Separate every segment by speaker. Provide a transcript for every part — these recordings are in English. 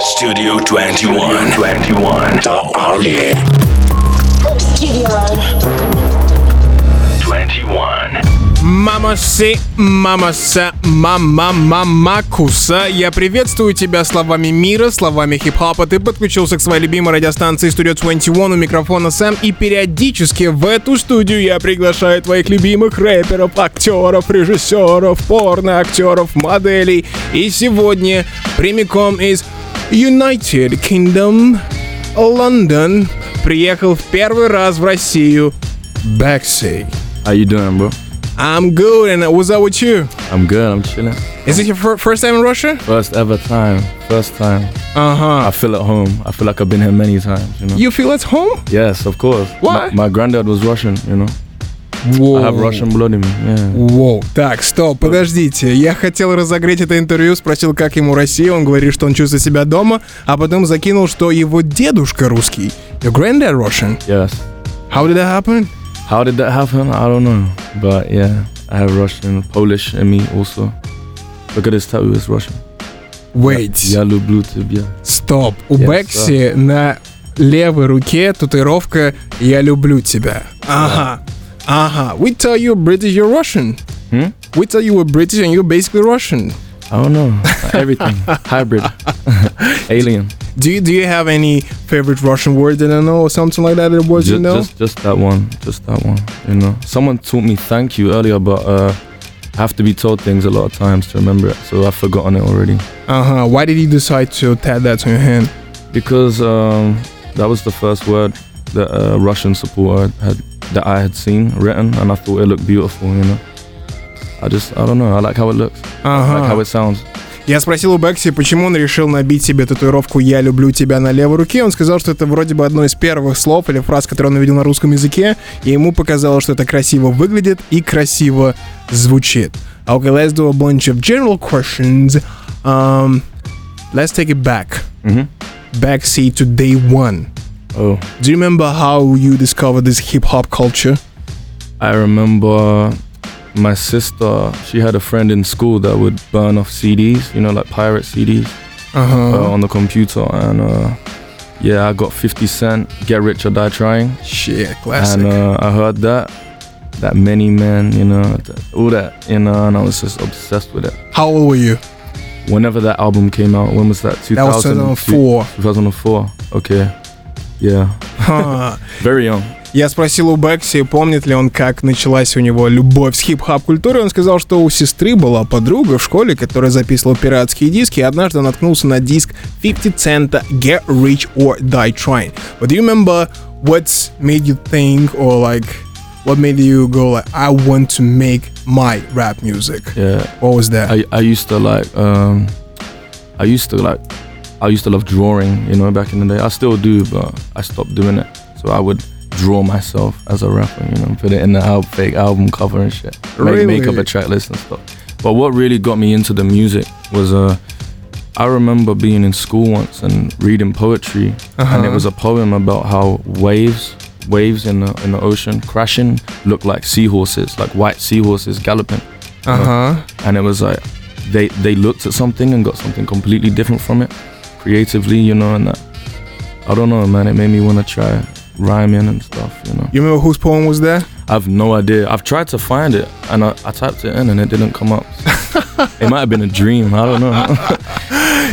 Speaker 1: Studio 21. 21. Oh, yeah. Studio 21.
Speaker 2: Мамосы, мамоса, мама, мамакуса. Я приветствую тебя словами мира, словами хип-хопа. Ты подключился к своей любимой радиостанции Studio 21 у микрофона Сэм. И периодически в эту студию я приглашаю твоих любимых рэперов, актеров, режиссеров, порно-актеров, моделей. И сегодня прямиком из United Kingdom, Лондон, приехал в первый раз в Россию Бэкси.
Speaker 3: How you doing, bro?
Speaker 2: I'm good, and uh, what's up with you?
Speaker 3: I'm good. I'm chilling.
Speaker 2: Is this your fir- first time in Russia?
Speaker 3: First ever time. First time.
Speaker 2: Uh huh.
Speaker 3: I feel at home. I feel like I've been here many times. You know.
Speaker 2: You feel at home?
Speaker 3: yes, of course.
Speaker 2: Why?
Speaker 3: My, my granddad was Russian. You know.
Speaker 2: Воу.
Speaker 3: I have Russian blood in me. Yeah.
Speaker 2: Воу. Так, стоп, подождите. Я хотел разогреть это интервью, спросил, как ему Россия. Он говорит, что он чувствует себя дома, а потом закинул, что его дедушка русский. Your granddad Russian.
Speaker 3: Yes.
Speaker 2: How did that happen?
Speaker 3: How did that happen? I don't know. But yeah, I have Russian, Polish in me also. Look at this tattoo. It's Russian.
Speaker 2: Wait.
Speaker 3: Yellow, blue tip. Yeah.
Speaker 2: Стоп. У
Speaker 3: Yes,
Speaker 2: Бекси на левой руке татуировка «Я люблю тебя». Ага. Ага. We tell you British, you're Russian.
Speaker 3: Hmm?
Speaker 2: We tell you we're British and you're basically Russian.
Speaker 3: I don't know. Everything. Hybrid. Alien.
Speaker 2: Do you do you have any favorite Russian word that I know or something like that that was
Speaker 3: Ju-
Speaker 2: you know?
Speaker 3: just just that one just that one you know someone taught me thank you earlier but uh i have to be told things a lot of times to remember it so i've forgotten it already
Speaker 2: Uh-huh. Why did you decide to tat that on your hand?
Speaker 3: because um that was the first word that a russian supporter had that i had seen written and i thought it looked beautiful you know i just i don't know i like how it looks i like
Speaker 2: Ага.
Speaker 3: how it sounds
Speaker 2: Я спросил у Бекси, почему он решил набить себе татуировку «Я люблю тебя» на левой руке. Он сказал, что это вроде бы одно из первых слов или фраз, которые он увидел на русском языке, и ему показалось, что это красиво выглядит и красиво звучит. Okay, let's do a bunch of general questions. Um, let's take it back.
Speaker 3: mm-hmm.
Speaker 2: Backseat to day one.
Speaker 3: oh
Speaker 2: Do you remember how you discovered this hip hop culture?
Speaker 3: I remember my sister, she had a friend in school that would burn off CDs, you know, like pirate CDs uh,
Speaker 2: Uh-huh.
Speaker 3: on the computer. And uh, yeah, I got 50 Cent, Get Rich or Die Trying.
Speaker 2: Shit, classic.
Speaker 3: And uh, I heard that, that many men, you know, that, all that, you know, and I was just obsessed with it.
Speaker 2: how old were you?
Speaker 3: Whenever that album came out, when was that?
Speaker 2: That was 2004.
Speaker 3: 2004. Okay. Yeah.
Speaker 2: Ха.
Speaker 3: Very young.
Speaker 2: Я спросил у Бекси, помнит ли он, как началась у него любовь с хип-хап культурой. Он сказал, что у сестры была подруга в школе, которая записывала пиратские диски, и однажды он наткнулся на диск 50 цента Get Rich or Die Trying. But do you remember what made you think or like what made you go like I want to make my rap music?
Speaker 3: Yeah.
Speaker 2: What was that?
Speaker 3: I, I used to like um I used to like I used to love drawing, you know, back in the day. I still do, but I stopped doing it. So I would draw myself as a rapper, you know, and put it in the al- fake album cover and shit. Make, make up
Speaker 2: Really?
Speaker 3: a track list and stuff. But what really got me into the music was uh I remember being in school once and reading poetry
Speaker 2: Uh-huh.
Speaker 3: and it was a poem about how waves waves in the in the ocean crashing look like seahorses, like white seahorses galloping
Speaker 2: Ага.
Speaker 3: and it was like they they looked at something and got something completely different from it creatively you know and that i don't know man it made me want to try rhyming and stuff you know
Speaker 2: You remember whose poem was that?
Speaker 3: i've no idea i've tried to find it and i, I typed it in and it didn't come up it might have been a dream i don't know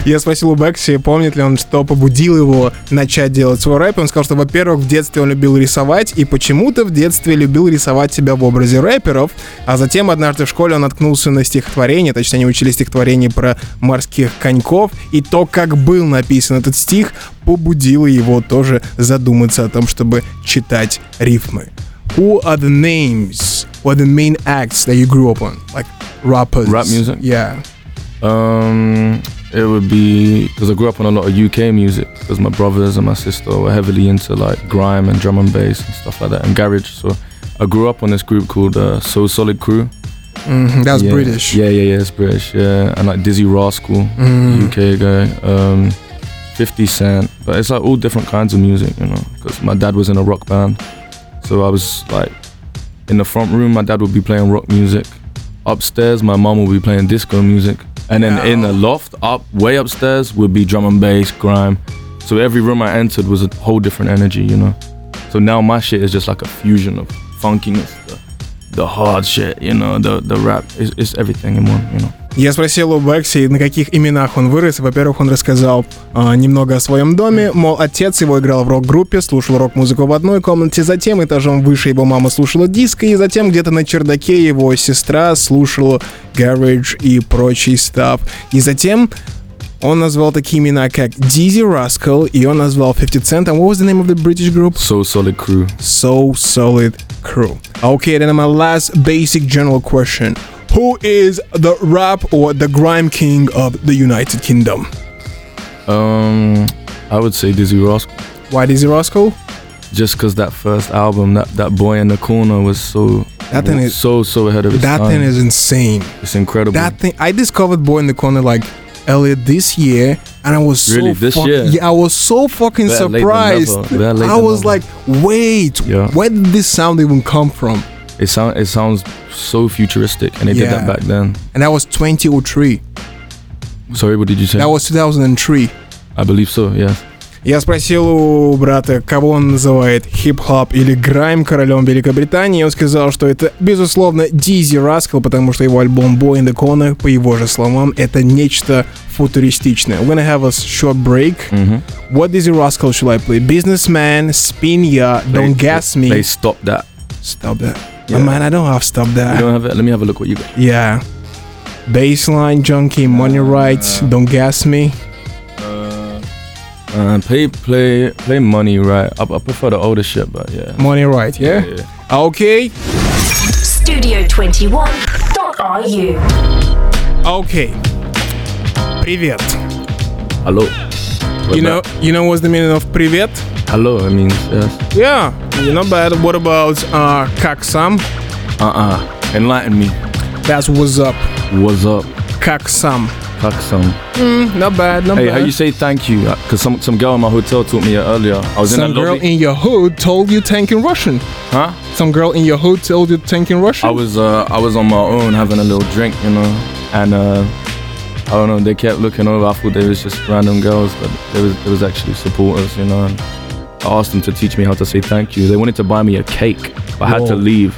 Speaker 2: Я спросил у Бекси, помнит ли он, что побудило его начать делать свой рэп. И Он сказал, что, во-первых, в детстве он любил рисовать, и почему-то в детстве любил рисовать себя в образе рэперов. А затем однажды в школе он наткнулся на стихотворение, точнее, они учили стихотворение про морских коньков, и то, как был написан этот стих, побудило его тоже задуматься о том, чтобы читать рифмы. Who are the names or the main acts that you grew up on? Like rappers.
Speaker 3: Rap music?
Speaker 2: Yeah.
Speaker 3: um it would be because i grew up on a lot of uk music because my brothers and my sister were heavily into like grime and drum and bass and stuff like that and garage so i grew up on this group called uh, so solid crew
Speaker 2: Mhm, that's
Speaker 3: yeah.
Speaker 2: British.
Speaker 3: Yeah, yeah, yeah, it's British. Yeah, and like Dizzy Rascal,
Speaker 2: Mm.
Speaker 3: UK guy, um, 50 Cent. But it's like all different kinds of music, you know. Because my dad was in a rock band, so I was like in the front room. My dad would be playing rock music. Upstairs, my mom would be playing disco music. And then in the loft, up way upstairs, would be drum and bass, grime. So every room I entered was a whole different energy, you know. So now my shit is just like a fusion of funkiness, the, the hard shit, you know, the the rap. It's, it's everything in one, you know.
Speaker 2: Я спросил у Бекси, на каких именах он вырос, и, во-первых, он рассказал а, немного о своем доме, мол, отец его играл в рок-группе, слушал рок-музыку в одной комнате, затем этажом выше его мама слушала диско, и затем где-то на чердаке его сестра слушала гараж и прочий став. И затем он назвал такие имена, как Dizzy Rascal, и он назвал 50 Cent, and what was the name of the British group?
Speaker 3: So solid crew.
Speaker 2: So Solid Crew. Okay, then my last basic general question. Who is the rap or the grime king of the United Kingdom?
Speaker 3: Um, I would say Dizzy Rascal.
Speaker 2: Why Dizzy Roscoe?
Speaker 3: just because that first album, that that boy in the corner was so
Speaker 2: That thing is-
Speaker 3: so so ahead of its Mm.
Speaker 2: That
Speaker 3: time.
Speaker 2: thing is insane.
Speaker 3: it's incredible.
Speaker 2: That thing I discovered Boy in the Corner like earlier this year and I was so
Speaker 3: Really, this
Speaker 2: fuck-
Speaker 3: year?
Speaker 2: Yeah, I was so fucking
Speaker 3: Better late than
Speaker 2: surprised.
Speaker 3: never. Better late
Speaker 2: I
Speaker 3: than
Speaker 2: was
Speaker 3: never.
Speaker 2: like, wait,
Speaker 3: Yeah.
Speaker 2: where did this sound even come from?
Speaker 3: it sound it sounds so futuristic, and they did
Speaker 2: Yeah.
Speaker 3: that back then.
Speaker 2: And that was 2003.
Speaker 3: Sorry, what did you say?
Speaker 2: That was 2003.
Speaker 3: I believe so. Yeah.
Speaker 2: Я спросил у брата, кого он называет хип-хоп или грайм королем Великобритании, и он сказал, что это, безусловно, Дизи Раскл, потому что его альбом Boy in the Corner, по его же словам, это нечто футуристичное. We're gonna have a short break.
Speaker 3: Mm-hmm.
Speaker 2: What Dizzy Rascal should I play? Businessman, Spin Ya, Don't Gas Me.
Speaker 3: They stopped that.
Speaker 2: Stop that.
Speaker 3: Yeah.
Speaker 2: Oh, man, I don't have Stop That.
Speaker 3: You don't have it. Let me have a look what you got.
Speaker 2: Yeah. Baseline, Junkie, Money Rights, Don't Gas Me.
Speaker 3: Uh, play play play money right. I, I prefer the older shit, but yeah.
Speaker 2: Money Right, yeah? Ah,
Speaker 3: Yeah.
Speaker 2: Okay.
Speaker 4: Studio21.ru.
Speaker 2: Okay. Привет.
Speaker 3: Hello.
Speaker 2: You know, you know what's the meaning of привет?
Speaker 3: Hello. I mean, yes.
Speaker 2: Yeah, you're not bad. What about uh, как сам?
Speaker 3: Uh uh. Enlighten me.
Speaker 2: That's what's up.
Speaker 3: What's up?
Speaker 2: Как сам?
Speaker 3: Fuck some.
Speaker 2: Not bad, not
Speaker 3: Hey,
Speaker 2: bad.
Speaker 3: how you say thank you? Because some, some girl in my hotel taught me it earlier. I was
Speaker 2: Some
Speaker 3: in that
Speaker 2: girl
Speaker 3: lobby.
Speaker 2: in your hood told you tank in Russian.
Speaker 3: huh?
Speaker 2: Some girl in your hood told you tank in Russian.
Speaker 3: I was uh, I was on my own having a little drink, you know, and uh, I don't know. They kept looking over. I thought they was just random girls, but there was there was actually supporters, you know. And I asked them to teach me how to say thank you. They wanted to buy me a cake, but I had to
Speaker 2: Whoa.
Speaker 3: leave,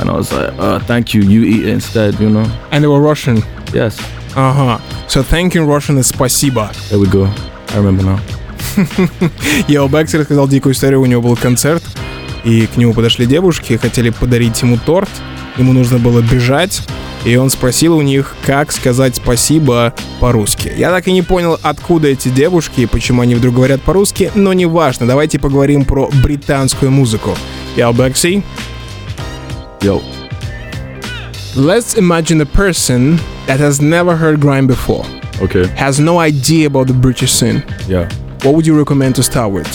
Speaker 3: and I was like, uh, thank you. You eat it instead, you know.
Speaker 2: And they were Russian.
Speaker 3: Yes,
Speaker 2: Uh huh. So thank in Russian is спасибо.
Speaker 3: there we go. I remember now.
Speaker 2: Я у Бекси рассказал дикую историю, у него был концерт, и к нему подошли девушки, хотели подарить ему торт, ему нужно было бежать, и он спросил у них, как сказать спасибо по-русски. Я так и не понял, откуда эти девушки и почему они вдруг говорят по-русски, но неважно, давайте поговорим про британскую музыку. Я у Бекси.
Speaker 3: Yo,
Speaker 2: Let's imagine a person that has never heard grime before,
Speaker 3: okay,
Speaker 2: has no idea about the British scene.
Speaker 3: yeah.
Speaker 2: What would you recommend to start with?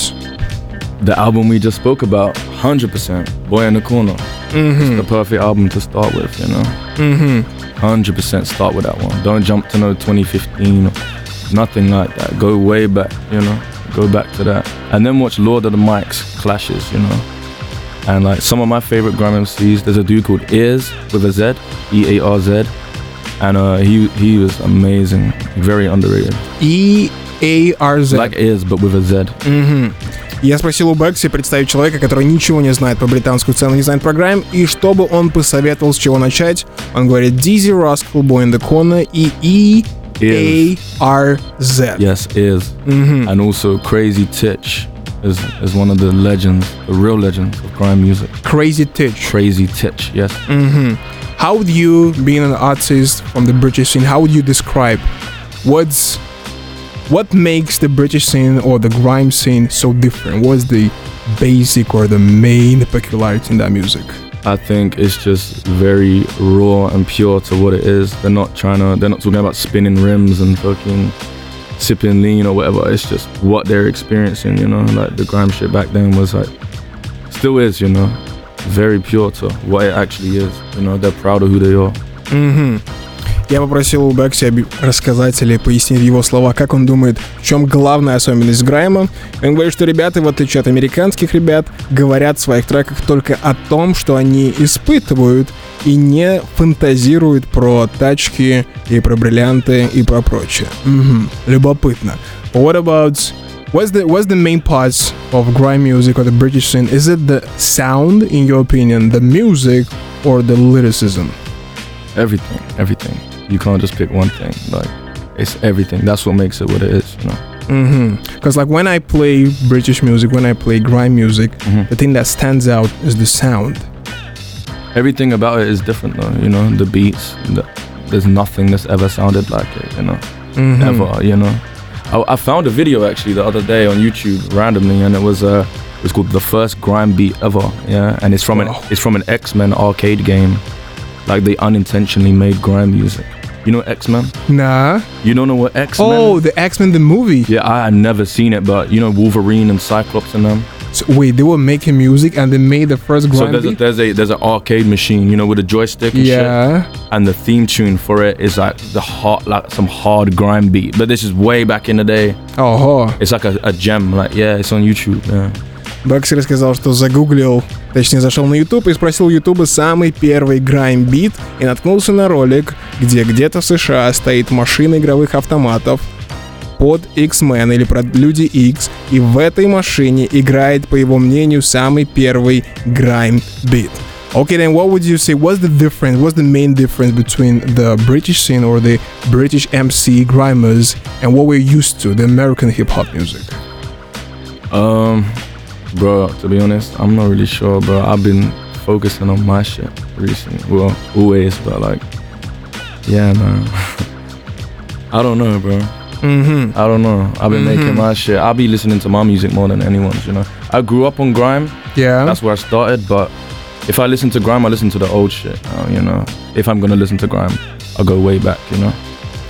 Speaker 3: The album we just spoke about, 100%. Boy in the Corner. It's the perfect album to start with, you know? Mm-hmm. 100% start with that one. Don't jump to no 2015 or nothing like that. Go way back, you know? Go back to that. And then watch Lord of the Mics clashes, you know? And like some of my favorite grime MCs, there's a dude called Ears with a Z, E A R Z. And uh, he he was amazing, very underrated.
Speaker 2: E A R Z.
Speaker 3: Like Ears, but with a Z.
Speaker 2: Я спросил у Бэкси представить человека, который ничего не знает по британскую цену, не знает программ, и что бы он посоветовал, с чего начать. Он говорит Dizzy Rascal, Boy in the Corner и E
Speaker 3: Ears.
Speaker 2: A R Z.
Speaker 3: Yes, is. And also Crazy Titch is is one of the legends, the real legends of grime music.
Speaker 2: Crazy Titch.
Speaker 3: Crazy Titch, yes.
Speaker 2: How would you, being an artist from the British scene, how would you describe what's what makes the British scene or the grime scene so different? What's the basic or the main peculiarity in that music?
Speaker 3: I think it's just very raw and pure to what it is. They're not trying to they're not talking about spinning rims and fucking sipping lean or whatever. It's just what they're experiencing, you know? Like the grime shit back then was like still is, you know. Very pure to what it actually is. You know, they're proud of who they are.
Speaker 2: Мгм. Я попросил у Бекси объ- рассказать или пояснить его слова, как он думает, в чем главная особенность Грайма. И Он говорит, что ребята, в отличие от американских ребят, говорят в своих треках только о том, что они испытывают, и не фантазируют про тачки и про бриллианты и про прочее. Мгм, Любопытно. But what about What's the what's the main parts of grime music or the British scene? Is it the sound, in your opinion, the music or the lyricism?
Speaker 3: Everything, everything. You can't just pick one thing. Like it's everything. That's what makes it what it is. You know.
Speaker 2: Because Mm-hmm. like when I play British music, when I play grime music,
Speaker 3: Mhm.
Speaker 2: the thing that stands out is the sound.
Speaker 3: Everything about it is different though. You know the beats. The, there's nothing that's ever sounded like it. You know.
Speaker 2: Mm-hmm.
Speaker 3: ever, you know. I, I found a video actually the other day on YouTube randomly, and it was uh, it was called the first grime beat ever, yeah, and it's from an
Speaker 2: Wow.
Speaker 3: it's from an X Men arcade game. Like they unintentionally made grime music. You know X Men?
Speaker 2: Nah.
Speaker 3: You don't know what X Men?
Speaker 2: Oh, the X Men the movie.
Speaker 3: Yeah, I had never seen it, but you know Wolverine and Cyclops and them.
Speaker 2: So, wait, they were making music and they made the first
Speaker 3: So
Speaker 2: grime
Speaker 3: there's a,
Speaker 2: beat.
Speaker 3: there's a there's an arcade machine, you know, with a joystick and shit.
Speaker 2: yeah.
Speaker 3: And the theme tune for it is like the hard like some hard grime beat. But this is way back in the day.
Speaker 2: Oh. huh.
Speaker 3: It's like a, a gem. Like yeah, it's on YouTube. Yeah.
Speaker 2: Бакси рассказал, что загуглил, точнее зашел на YouTube и спросил у Ютуба самый первый грайм-бит и наткнулся на ролик, где где-то в США стоит машина игровых автоматов под X-Men или под Люди X, и в этой машине играет, по его мнению, самый первый грайм-бит. Okay, then what would you say? What's the difference? What's the main difference between the British scene or the British MC grimers and what we're used to, the American hip-hop music?
Speaker 3: Um, bro, to be honest, I'm not really sure, bro. I've been focusing on my shit recently. Well, always, but like, yeah, man. I don't know, bro.
Speaker 2: Mm-hmm.
Speaker 3: I don't know. I've been
Speaker 2: Mhm.
Speaker 3: making my shit. I'll be listening to my music more than anyone's, you know. I grew up on grime.
Speaker 2: Yeah.
Speaker 3: That's where I started, but if I listen to grime, I listen to the old shit, now, you know. If I'm gonna listen to grime, I'll go way back, you know.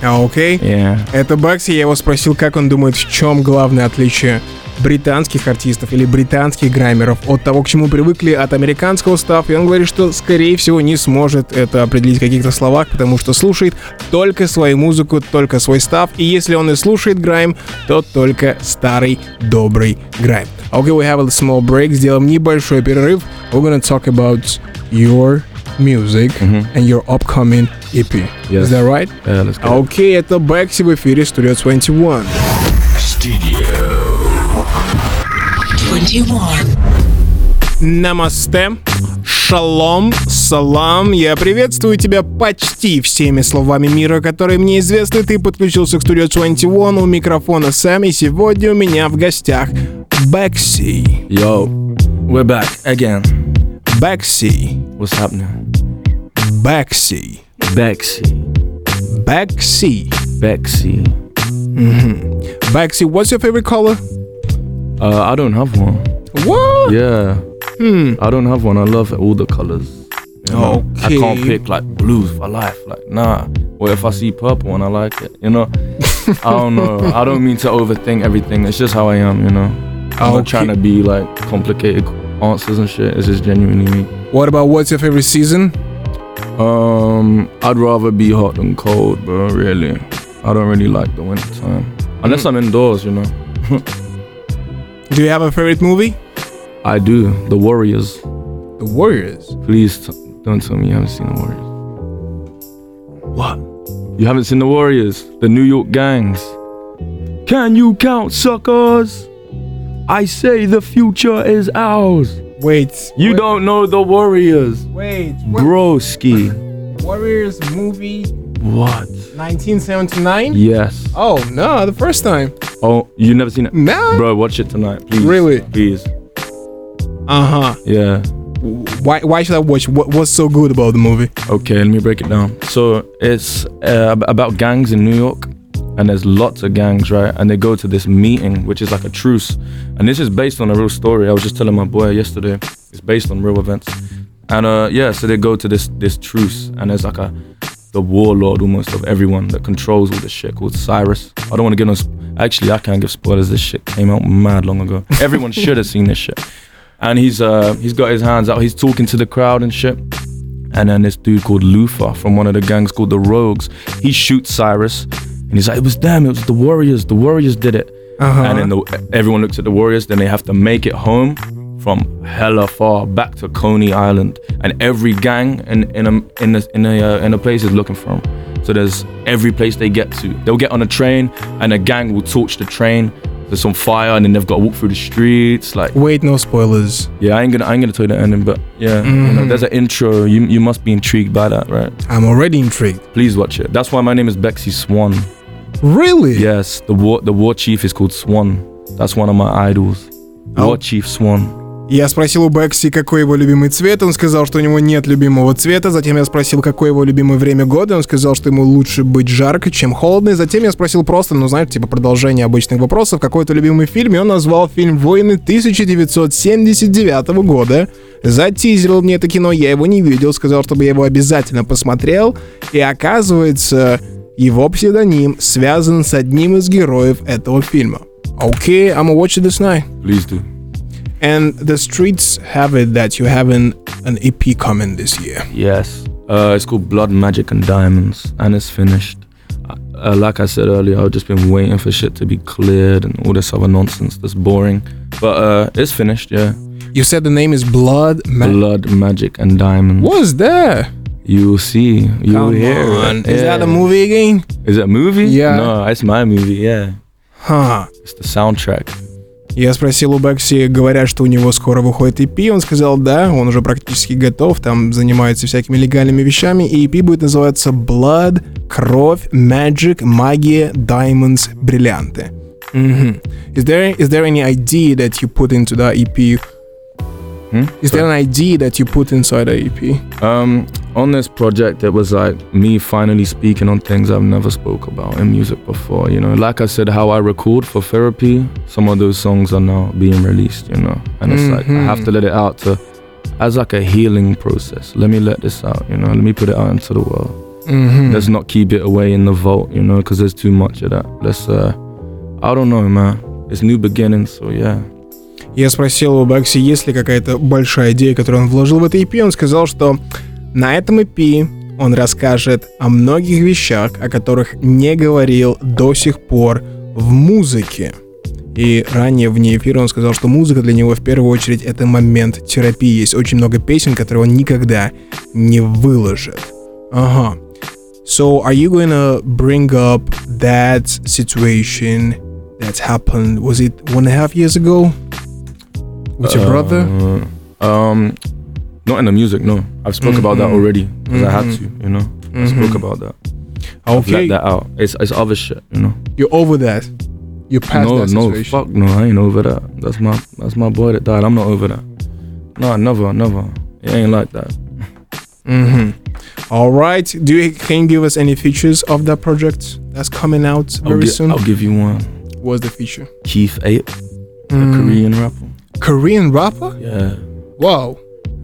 Speaker 2: Ah, Okay.
Speaker 3: Yeah.
Speaker 2: Это Бакси, я его спросил, как он думает, в чем главное отличие британских артистов или британских граймеров от того, к чему привыкли от американского став, и он говорит, что, скорее всего, не сможет это определить в каких-то словах, потому что слушает только свою музыку, только свой став, и если он и слушает грайм, то только старый добрый грайм. Okay, we have a small break, сделаем небольшой перерыв. We're gonna talk about your music
Speaker 3: Mhm.
Speaker 2: and your upcoming EP. Is
Speaker 3: Yes.
Speaker 2: that right?
Speaker 3: Yeah, let's go.
Speaker 2: А Окей, это Бэкси в эфире Studio 21.
Speaker 1: Studio
Speaker 5: 21.
Speaker 2: Намасте, шалом, салам. Я приветствую тебя почти всеми словами мира, которые мне известны. Ты подключился к Studio 21 у микрофона Сэм, и сегодня у меня в гостях Бэкси.
Speaker 3: Yo, we're back again.
Speaker 2: Бэкси.
Speaker 3: What's happening?
Speaker 2: Бэкси.
Speaker 3: Bexy.
Speaker 2: Бэкси.
Speaker 3: Bexy.
Speaker 2: Бэкси, what's your favorite color?
Speaker 3: Uh, I don't have one.
Speaker 2: What?
Speaker 3: Yeah.
Speaker 2: Hmm.
Speaker 3: I don't have one. I love all the colors. you know? I can't
Speaker 2: Okay.
Speaker 3: pick like blues for life. Like nah. Or if I see purple and I like it, you know. I don't know. I don't mean to overthink everything. It's just how I am, you know. I'm
Speaker 2: Okay.
Speaker 3: not trying to be like complicated answers and shit. It's just genuinely me.
Speaker 2: What about what's your favorite season?
Speaker 3: Um, I'd rather be hot than cold, bro. Really. I don't really like the winter time
Speaker 2: Hmm.
Speaker 3: unless I'm indoors, you know.
Speaker 2: Do you have a favorite movie?
Speaker 3: I do. The Warriors.
Speaker 2: The Warriors.
Speaker 3: Please t- don't tell me you haven't seen the Warriors. What? You haven't seen the Warriors? The New York gangs. Can you count, suckers? I say the future is ours.
Speaker 2: Wait.
Speaker 3: You don't know the Warriors,
Speaker 2: Wait.
Speaker 3: broski.
Speaker 2: Warriors movie
Speaker 3: what?
Speaker 2: 1979?
Speaker 3: Yes.
Speaker 2: Oh, no, the first time.
Speaker 3: Oh, you never seen it?
Speaker 2: No.
Speaker 3: Bro, watch it tonight, please.
Speaker 2: Really?
Speaker 3: Please.
Speaker 2: Uh huh.
Speaker 3: Yeah.
Speaker 2: Why, why should I watch? What, what's so good about the movie?
Speaker 3: Okay, let me break it down. So it's uh, ab- about gangs in New York, and there's lots of gangs, right? And they go to this meeting, which is like a truce, and this is based on a real story. I was just telling my boy yesterday. It's based on real events, and uh, yeah, so they go to this this truce, and there's like a the warlord almost of everyone that controls all this shit called Cyrus. I don't want to give no. Sp- Actually, I can't give spoilers. This shit came out mad long ago. Everyone should have seen this shit. And he's uh he's got his hands out. He's talking to the crowd and shit And then this dude called Lufa from one of the gangs called the Rogues, he shoots Cyrus, and he's like, "It was them. It was the Warriors. The Warriors did it." And then the, everyone looks at the Warriors. Then they have to make it home from hella far back to Coney Island, and every gang in in a in a in a, uh, in a place is looking for them. So there's every place they get to, they'll get on a train, and a gang will torch the train. There's some fire, and then they've got to walk through the streets. Like,
Speaker 2: Wait, no spoilers.
Speaker 3: yeah, I ain't gonna I ain't gonna tell you the ending, but yeah, you know, there's an intro. You you must be intrigued by that, right?
Speaker 2: I'm already intrigued.
Speaker 3: Please watch it. That's why my name is Bexy Swan.
Speaker 2: Really?
Speaker 3: Yes, the war the war chief is called Swan. That's one of my idols. War Chief Swan.
Speaker 2: Я спросил у Бэкси, какой его любимый цвет. Он сказал, что у него нет любимого цвета. Затем я спросил, какое его любимое время года. Он сказал, что ему лучше быть жарко, чем холодно. И затем я спросил просто, ну, знаете, типа продолжение обычных вопросов, какой-то любимый фильм. И он назвал фильм «Войны» 1979 года. Затизерил мне это кино, я его не видел. Сказал, чтобы я его обязательно посмотрел. И оказывается, его псевдоним связан с одним из героев этого фильма. Окей, okay, I'm gonna watch it this night.
Speaker 3: Please do.
Speaker 2: And the streets have it that you have an, an EP coming this year.
Speaker 3: Yes. Uh, it's called Blood, Magic, and Diamonds, and it's finished. Uh, like I said earlier, I've just been waiting for shit to be cleared and all this other nonsense that's boring. But uh, it's finished, yeah.
Speaker 2: You said the name is Blood Man.
Speaker 3: Blood, Magic, and Diamonds.
Speaker 2: What's that?
Speaker 3: You'll see. You'll hear. it.
Speaker 2: Is that
Speaker 3: Yeah.
Speaker 2: a movie again?
Speaker 3: Is it a movie?
Speaker 2: Yeah.
Speaker 3: No, it's my movie, yeah.
Speaker 2: Ха.
Speaker 3: It's the soundtrack.
Speaker 2: Я спросил у Бэкси, говорят, что у него скоро выходит EP. Он сказал, да, он уже практически готов, там занимается всякими легальными вещами. И EP будет называться Blood, Кровь, Magic, Магия, Diamonds, Бриллианты. Мгм. Is there, is there any idea that you put into that EP?
Speaker 3: Hmm?
Speaker 2: Is there an idea that you put inside that E EP?
Speaker 3: Um, on this project, it was like me finally speaking on things I've never spoke about in music before. You know, like I said, how I record for therapy. Some of those songs are now being released. You know, and it's like I have to let it out to, as like a healing process. Let me let this out. You know, let me put it out into the world. Let's not keep it away in the vault. You know, because there's too much of that. Let's. Uh, I don't know, man. It's new beginnings. So yeah.
Speaker 2: Я спросил у Бакси, есть ли какая-то большая идея, которую он вложил в это EP. Он сказал, что на этом EP он расскажет о многих вещах, о которых не говорил до сих пор в музыке. И ранее вне эфира он сказал, что музыка для него в первую очередь это момент терапии. Есть очень много песен, которые он никогда не выложит. Ага. So are you gonna bring up that situation that happened? Was it one and a half years ago? With your brother?
Speaker 3: Uh, um, not in the music. No, I've spoke about that
Speaker 2: Mm-hmm.
Speaker 3: already because I had to. You know, I spoke about that.
Speaker 2: Okay,
Speaker 3: Let that out. It's it's other shit. You know.
Speaker 2: you're over that. You passed
Speaker 3: no,
Speaker 2: that
Speaker 3: no,
Speaker 2: situation.
Speaker 3: fuck no. I ain't over that. That's my that's my boy that died. I'm not over that. No, never, never. It ain't like that.
Speaker 2: All right. Do you can you give us any features of that project that's coming out
Speaker 3: I'll,
Speaker 2: very
Speaker 3: gi-
Speaker 2: soon?
Speaker 3: I'll give you one.
Speaker 2: What's the feature?
Speaker 3: Keith Ape,
Speaker 2: Mm.
Speaker 3: the Korean rapper.
Speaker 2: Korean rapper?
Speaker 3: Yeah.
Speaker 2: Wow.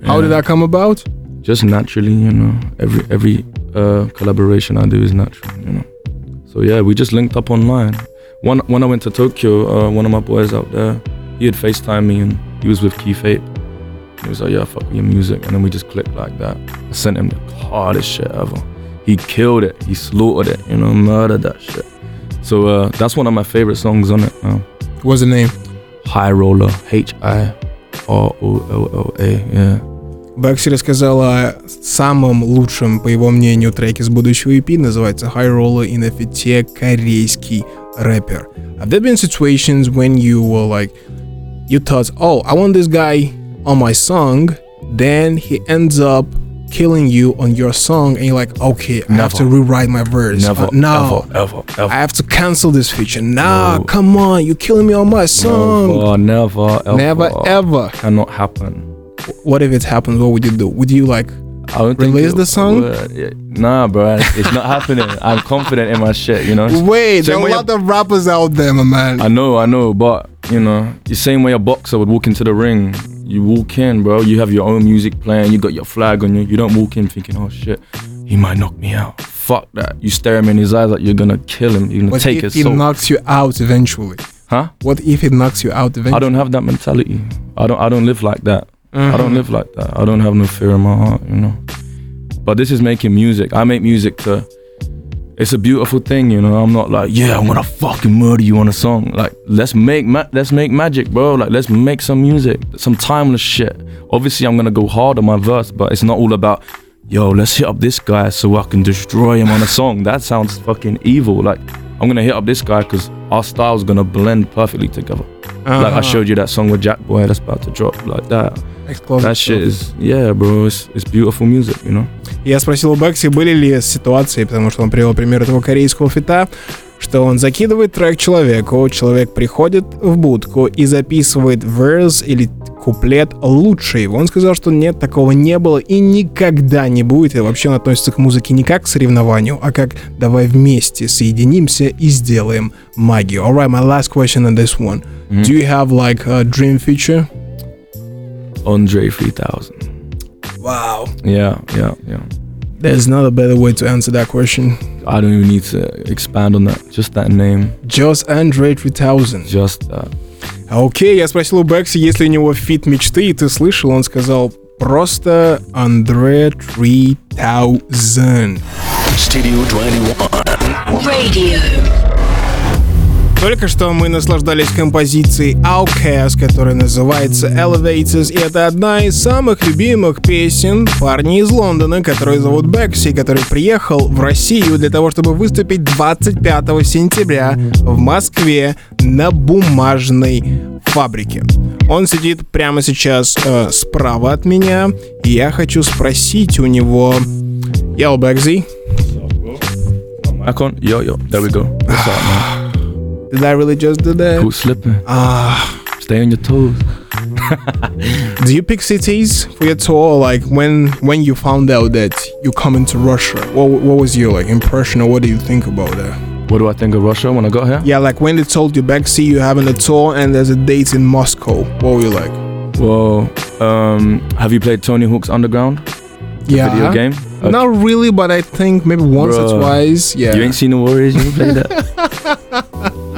Speaker 2: How did that come about?
Speaker 3: Just naturally, you know. Every every uh, collaboration I do is natural. You know. So yeah, we just linked up online. One when I went to Tokyo, uh, one of my boys out there, he had FaceTime me and he was with Keith Ape. He was like, "Yeah, fuck with your music," and then we just clicked like that. I sent him the hardest shit ever. He killed it. He slaughtered it. You know, murdered that shit. So uh, that's one of my favorite songs on it. Now.
Speaker 2: What's the name?
Speaker 3: High Roller, H I R O L L A. Yeah.
Speaker 2: Бэкси рассказала о самом лучшем, по его мнению, треке с будущего EP, называется High Roller и на фите корейский рэпер. Have there been situations when you were like, you thought, oh, I want this guy on my song, then he ends up killing you on your song, and you're like, okay, I have
Speaker 3: Never.
Speaker 2: to rewrite my verse.
Speaker 3: Never,
Speaker 2: Uh, no,
Speaker 3: ever, ever, ever.
Speaker 2: I have to cancel this feature. Nah,
Speaker 3: No.
Speaker 2: come on, you're killing me on my song.
Speaker 3: never, never, ever,
Speaker 2: Never, ever.
Speaker 3: Cannot happen.
Speaker 2: What if it happens? What would you do? Would you like
Speaker 3: I don't
Speaker 2: Release
Speaker 3: it
Speaker 2: the song?
Speaker 3: would. Yeah. Nah, bro, it's not happening. I'm confident in my shit, you know.
Speaker 2: Wait, there
Speaker 3: Same
Speaker 2: are a
Speaker 3: way
Speaker 2: lot of rappers out there, my man.
Speaker 3: I know, I know, but you know, the same way a boxer would walk into the ring, you walk in, bro. You have your own music playing. You got your flag on you. You don't walk in thinking, oh shit, he might knock me out. Fuck that. You stare him in his eyes like you're gonna kill him. You're gonna
Speaker 2: What
Speaker 3: take
Speaker 2: if
Speaker 3: his
Speaker 2: he
Speaker 3: soul.
Speaker 2: knocks you out eventually?
Speaker 3: huh?
Speaker 2: What if he knocks you out eventually?
Speaker 3: I don't have that mentality. I don't. I don't live like that. I don't live like that. I don't have no fear in my heart. You know. But this is making music. I make music to. It's a beautiful thing, you know. I'm not like, yeah, I'm gonna fucking murder you on a song. Like, let's make ma- let's make magic, bro. Like, let's make some music, some timeless shit. Obviously, I'm gonna go hard on my verse, but it's not all about, yo, let's hit up this guy so I can destroy him on a song. That sounds fucking evil. Like, I'm gonna hit up this guy because our styles gonna blend perfectly together. Like
Speaker 2: Ah, Uh-huh.
Speaker 3: I showed you that song with Jack Boy that's about to drop, like that.
Speaker 2: Oh,
Speaker 3: That shit is, yeah, bro. It's, it's beautiful music, you know.
Speaker 2: Я спросил у Бекси, были ли ситуации, потому что он привел пример этого корейского фита, что он закидывает трек человеку, человек приходит в будку и записывает верс или куплет лучше его. Он сказал, что нет, такого не было и никогда не будет. И вообще он относится к музыке не как к соревнованию, а как давай вместе соединимся и сделаем магию. Alright, my last question on this one. Do you have like a dream feature?
Speaker 3: Andre 3000.
Speaker 2: Wow.
Speaker 3: Yeah, yeah, yeah.
Speaker 2: There's not a better way to answer that question.
Speaker 3: I don't even need to expand on that. Just that name.
Speaker 2: Just Andre 3000.
Speaker 3: Just that.
Speaker 2: А Окей, я спросил у Бекси, есть ли у него фит мечты, и ты слышал, он сказал просто Андре 3000.
Speaker 1: Studio 21.
Speaker 4: Radio.
Speaker 2: Только что мы наслаждались композицией Outcast, которая называется Elevators, и это одна из самых любимых песен парня из Лондона, который зовут Бекси, который приехал в Россию для того, чтобы выступить 25 сентября в Москве на бумажной фабрике. Он сидит прямо сейчас э, справа от меня, и я хочу спросить у него... Yo, Бекзи,
Speaker 3: I can't. Yo, yo. There we go. What's up, man?
Speaker 2: did I really just do that?
Speaker 3: Quit slipping.
Speaker 2: Ah.
Speaker 3: Stay on your toes.
Speaker 2: Do you pick cities for your tour? Like when when you found out that you coming to Russia, what what was your like impression or what do you think about that?
Speaker 3: What do I think of Russia when I got here?
Speaker 2: Yeah, like when they told you back, see you having a tour and there's a date in Moscow. What were you like?
Speaker 3: Well, um, have you played Tony Hawk's Underground?
Speaker 2: Yeah.
Speaker 3: Video game? Uh,
Speaker 2: Not really, but I think maybe once or
Speaker 3: Bruh.
Speaker 2: twice. Yeah.
Speaker 3: You ain't seen the Warriors. You play that.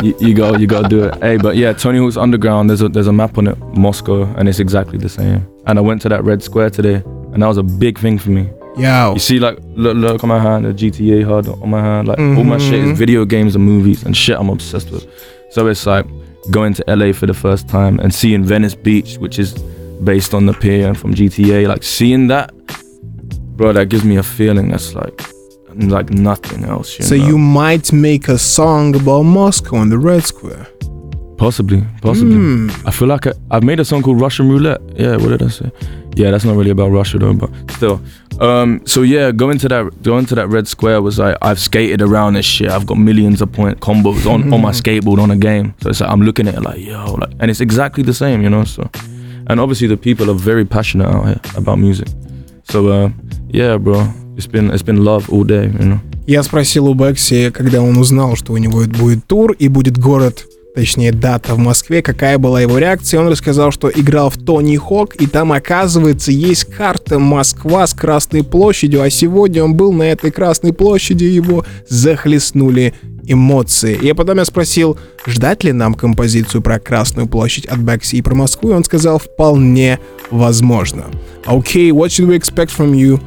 Speaker 3: you, you go. You gotta do it. Hey, but yeah, Tony Hawk's Underground. There's a there's a map on it, Moscow, and it's exactly the same. And I went to that red square today, and that was a big thing for me.
Speaker 2: yeah.
Speaker 3: You see, like look, look on my hand, the GTA HUD on my hand. Like all my shit
Speaker 2: Mhm.
Speaker 3: is video games and movies and shit. I'm obsessed with. So it's like going to LA for the first time and seeing Venice Beach, which is based on the pier and from GTA. Like seeing that, bro, that gives me a feeling that's like like nothing else. You
Speaker 2: So
Speaker 3: know?
Speaker 2: you might make a song about Moscow and the Red Square.
Speaker 3: Possibly, possibly.
Speaker 2: Hmm.
Speaker 3: I feel like I, I've made a song called Russian Roulette. Yeah, what did I say? Yeah, that's not really about Russia though, but still. Um, so yeah, going to that going to that red square was like I've skated around this shit. I've got millions of point combos on on my skateboard on a game. So it's like I'm looking at it like yo, like, and it's exactly the same, you know. So, and obviously the people are very passionate out here about music. So uh, yeah, bro, it's been it's been love all day, you know.
Speaker 2: Я спросил у Бекси, когда он узнал, что у него будет тур и будет город, точнее дата в Москве, какая была его реакция. Он рассказал, что играл в Тони Хок, и там, оказывается, есть карта Москва с Красной площадью, а сегодня он был на этой Красной площади, и его захлестнули эмоции. И потом я спросил, ждать ли нам композицию про Красную площадь от Бекси и про Москву, и он сказал, вполне возможно. Окей, what should we expect from you,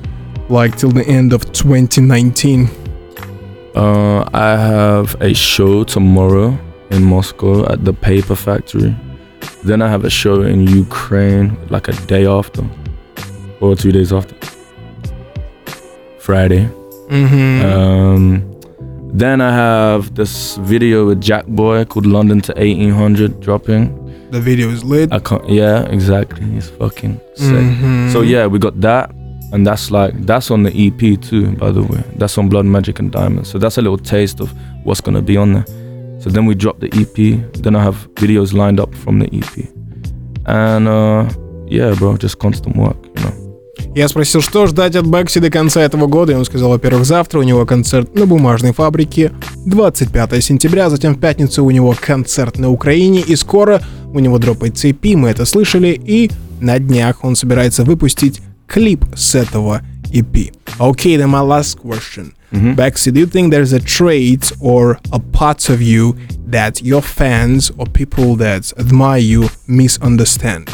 Speaker 2: like, till the end of 2019?
Speaker 3: Uh, I have a show tomorrow in Moscow at the Paper Factory. Then I have a show in Ukraine, like a day after or two days after. Friday.
Speaker 2: Мгм.
Speaker 3: Um, then I have this video with Jack Boy called London to 1800 dropping.
Speaker 2: The video is lit.
Speaker 3: I can't, yeah, exactly. It's fucking sick.
Speaker 2: Мгм.
Speaker 3: So yeah, we got that, and that's like that's on the EP too, by the way. That's on Blood Magic and Diamonds. So that's a little taste of what's gonna be on there. So then we drop the EP. Then I have videos lined up from the EP, and uh, yeah, bro, just constant work, you know.
Speaker 2: Я спросил, что ждать от Бэкси до конца этого года, и он сказал, во-первых, завтра у него концерт на бумажной фабрике 25 сентября, затем в пятницу у него концерт на Украине, и скоро у него дропает цепи, мы это слышали, и на днях он собирается выпустить клип с этого EP. Okay, then my last question. Bexy, do you think there's a trait or a part of you that your fans or people that admire you misunderstand?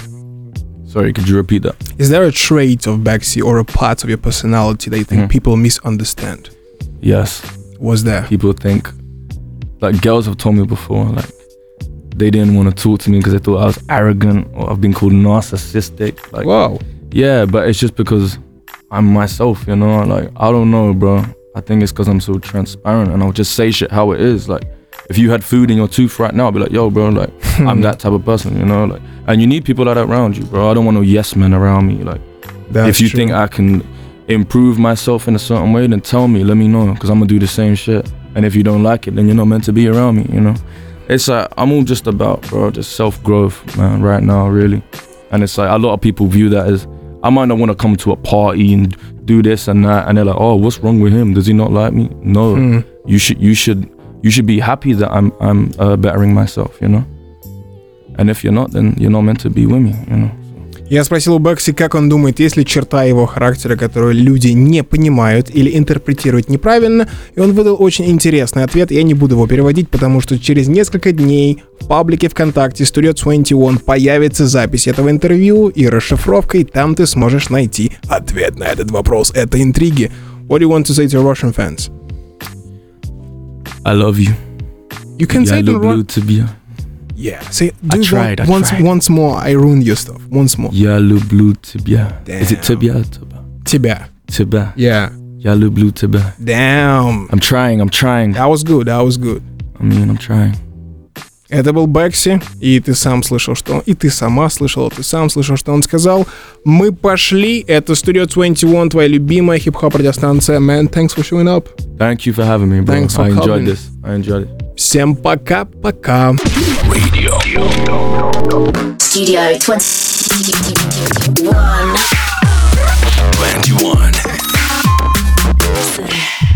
Speaker 3: Sorry, could you repeat that?
Speaker 2: Is there a trait of Baxi or a part of your personality that you think
Speaker 3: Mhm.
Speaker 2: people misunderstand?
Speaker 3: Yes.
Speaker 2: Was there?
Speaker 3: People think, like girls have told me before, like they didn't want to talk to me because they thought I was arrogant or I've been called narcissistic. Like,
Speaker 2: Wow.
Speaker 3: yeah, but it's just because I'm myself, you know? Like, I don't know, bro. I think it's because I'm so transparent and I'll just say shit how it is. Like, if you had food in your tooth right now, I'd be like, yo, bro, like, I'm that type of person, you know? Like, and you need people like that around you, bro. I don't want no yes men around me. Like,
Speaker 2: That's
Speaker 3: if you
Speaker 2: true.
Speaker 3: think I can improve myself in a certain way, then tell me, let me know, because I'm gonna do the same shit. And if you don't like it, then you're not meant to be around me, you know? It's like, I'm all just about, bro, just self growth, man, right now, really. And it's like, a lot of people view that as, I might not wanna come to a party and do this and that, and they're like, oh, what's wrong with him? Does he not like me? No,
Speaker 2: Hmm.
Speaker 3: you should, you should, you should be happy that I'm, I'm uh, bettering myself, you know? And if you're not, then you're not meant to be with me, you know?
Speaker 2: Я спросил у Бэкси, как он думает, есть ли черта его характера, которую люди не понимают или интерпретируют неправильно, и он выдал очень интересный ответ, я не буду его переводить, потому что через несколько дней в паблике ВКонтакте Studio 21 появится запись этого интервью и расшифровка, и там ты сможешь найти ответ на этот вопрос этой интриги. What do you want to say to your Russian fans?
Speaker 3: I love you.
Speaker 2: You can say it in
Speaker 3: Yellow
Speaker 2: Ru-
Speaker 3: blue to be.
Speaker 2: Yeah, say
Speaker 3: I
Speaker 2: do it
Speaker 3: tried, I
Speaker 2: once,
Speaker 3: tried.
Speaker 2: once more. I ruined your stuff. Once more.
Speaker 3: Yalu blue tibia. Is
Speaker 2: Damn.
Speaker 3: it tibia or tibia?
Speaker 2: Тебя.
Speaker 3: Tibia.
Speaker 2: Yeah.
Speaker 3: Yalu blue tibia.
Speaker 2: Damn.
Speaker 3: I'm trying, I'm trying.
Speaker 2: That was good. That was good.
Speaker 3: I mean, I'm trying.
Speaker 2: Это был Бэкси, и ты сам слышал, что... И ты сама слышала, ты сам слышал, что он сказал. Мы пошли. Это Studio 21, твоя любимая хип-хоп радиостанция. Man, thanks for showing up.
Speaker 3: Thank you for having me, bro.
Speaker 2: Thanks for
Speaker 3: I enjoyed
Speaker 2: coming.
Speaker 3: this. I enjoyed it.
Speaker 2: Всем пока-пока.
Speaker 4: Studio 21.
Speaker 1: 21.